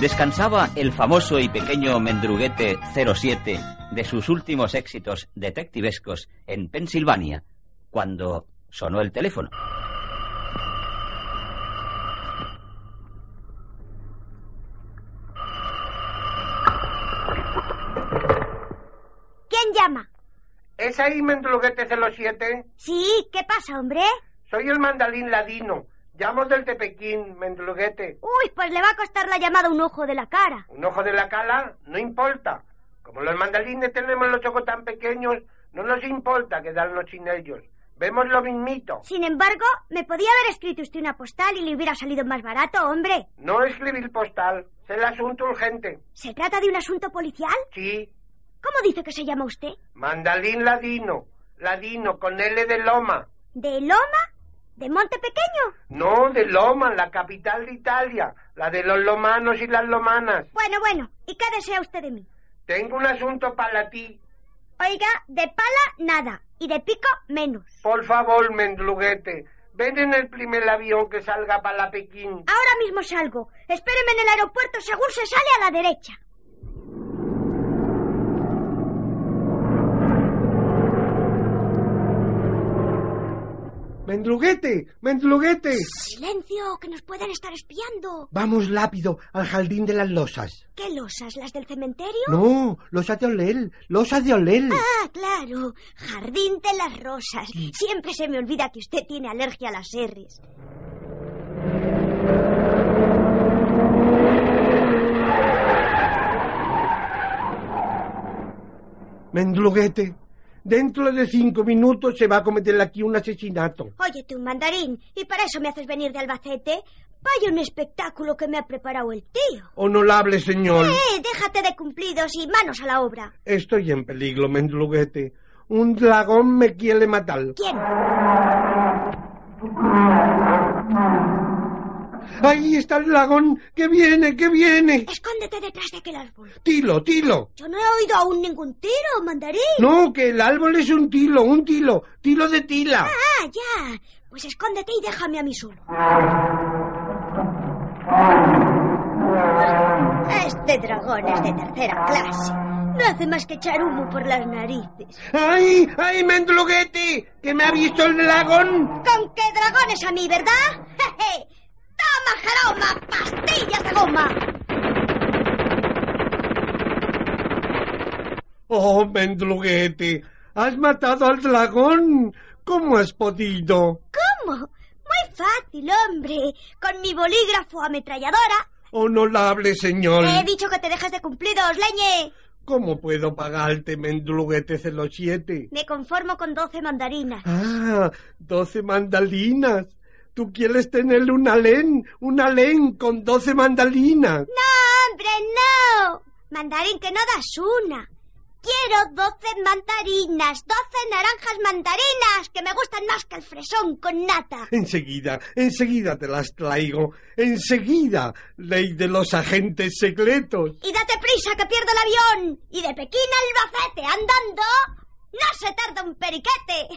descansaba el famoso y pequeño Mendruguete 07 de sus últimos éxitos detectivescos en Pensilvania cuando sonó el teléfono. ¿Quién llama? ¿Es ahí Mendruguete 07? Sí, ¿qué pasa, hombre? Soy el mandalín ladino. Llamo del Tepequín, Mendruguete. Uy, pues le va a costar la llamada un ojo de la cara. ¿Un ojo de la cala? No importa. Como los mandalines tenemos los ojos tan pequeños, no nos importa quedarnos sin ellos. Vemos lo mismito. Sin embargo, me podía haber escrito usted una postal y le hubiera salido más barato, hombre. No escribir postal. Es el asunto urgente. ¿Se trata de un asunto policial? Sí. ¿Cómo dice que se llama usted? Mandalín ladino. Ladino, con L de Loma. ¿De Loma? ¿De Monte Pequeño? No, de Loma, la capital de Italia. La de los lomanos y las lomanas. Bueno, bueno, ¿y qué desea usted de mí? Tengo un asunto para ti. Oiga, de pala nada y de pico menos. Por favor, Mendruguete. Ven en el primer avión que salga para Pekín. Ahora mismo salgo. Espéreme en el aeropuerto según se sale a la derecha. ¡Mendruguete! ¡Mendruguete! Silencio, que nos pueden estar espiando. Vamos rápido al jardín de las losas. ¿Qué losas? ¿Las del cementerio? No, losas de oler, losas de oler. Ah, claro. Jardín de las rosas. Siempre se me olvida que usted tiene alergia a las R's. Mendruguete, dentro de cinco minutos se va a cometer aquí un asesinato. Oye, tú, mandarín, ¿y para eso me haces venir de Albacete? Vaya un espectáculo que me ha preparado el tío. Honorable señor, Eh, déjate de cumplidos y manos a la obra. estoy en peligro, Mendruguete. Un dragón me quiere matar. ¿Quién? ¡Ahí está el dragón! ¡Que viene, que viene! Escóndete detrás de aquel árbol. ¡Tilo, tilo! Yo no he oído aún ningún tiro, mandarín. No, que el árbol es un tilo, un tilo, tilo de tila. Ah, ya. Pues escóndete y déjame a mí solo. Este dragón es de tercera clase. No hace más que echar humo por las narices. ¡Ay, ay, Mendruguete! ¡Que me ha visto el dragón! ¿Con qué dragones a mí, verdad? ¡Jeje! ¡Toma, jaroma! ¡Pastillas de goma! ¡Oh, Mendruguete! ¡Has matado al dragón! ¿Cómo has podido? ¿Cómo? Muy fácil, hombre. Con mi bolígrafo ametralladora. Honorable señor, Te he dicho que te dejas de cumplidos, leñe. ¿cómo puedo pagarte, Mendruguete 07? Me conformo con doce mandarinas. Ah, doce mandalinas. Tú quieres tener un alén, un alén con doce mandalinas. ¡No, hombre, no! Mandarín, que no das una. Quiero doce mandarinas, doce naranjas mandarinas, que me gustan más que el fresón con nata. Enseguida, enseguida te las traigo. Enseguida, ley de los agentes secretos. Y date prisa, que pierdo el avión. Y de Pekín a Albacete andando, no se tarda un periquete.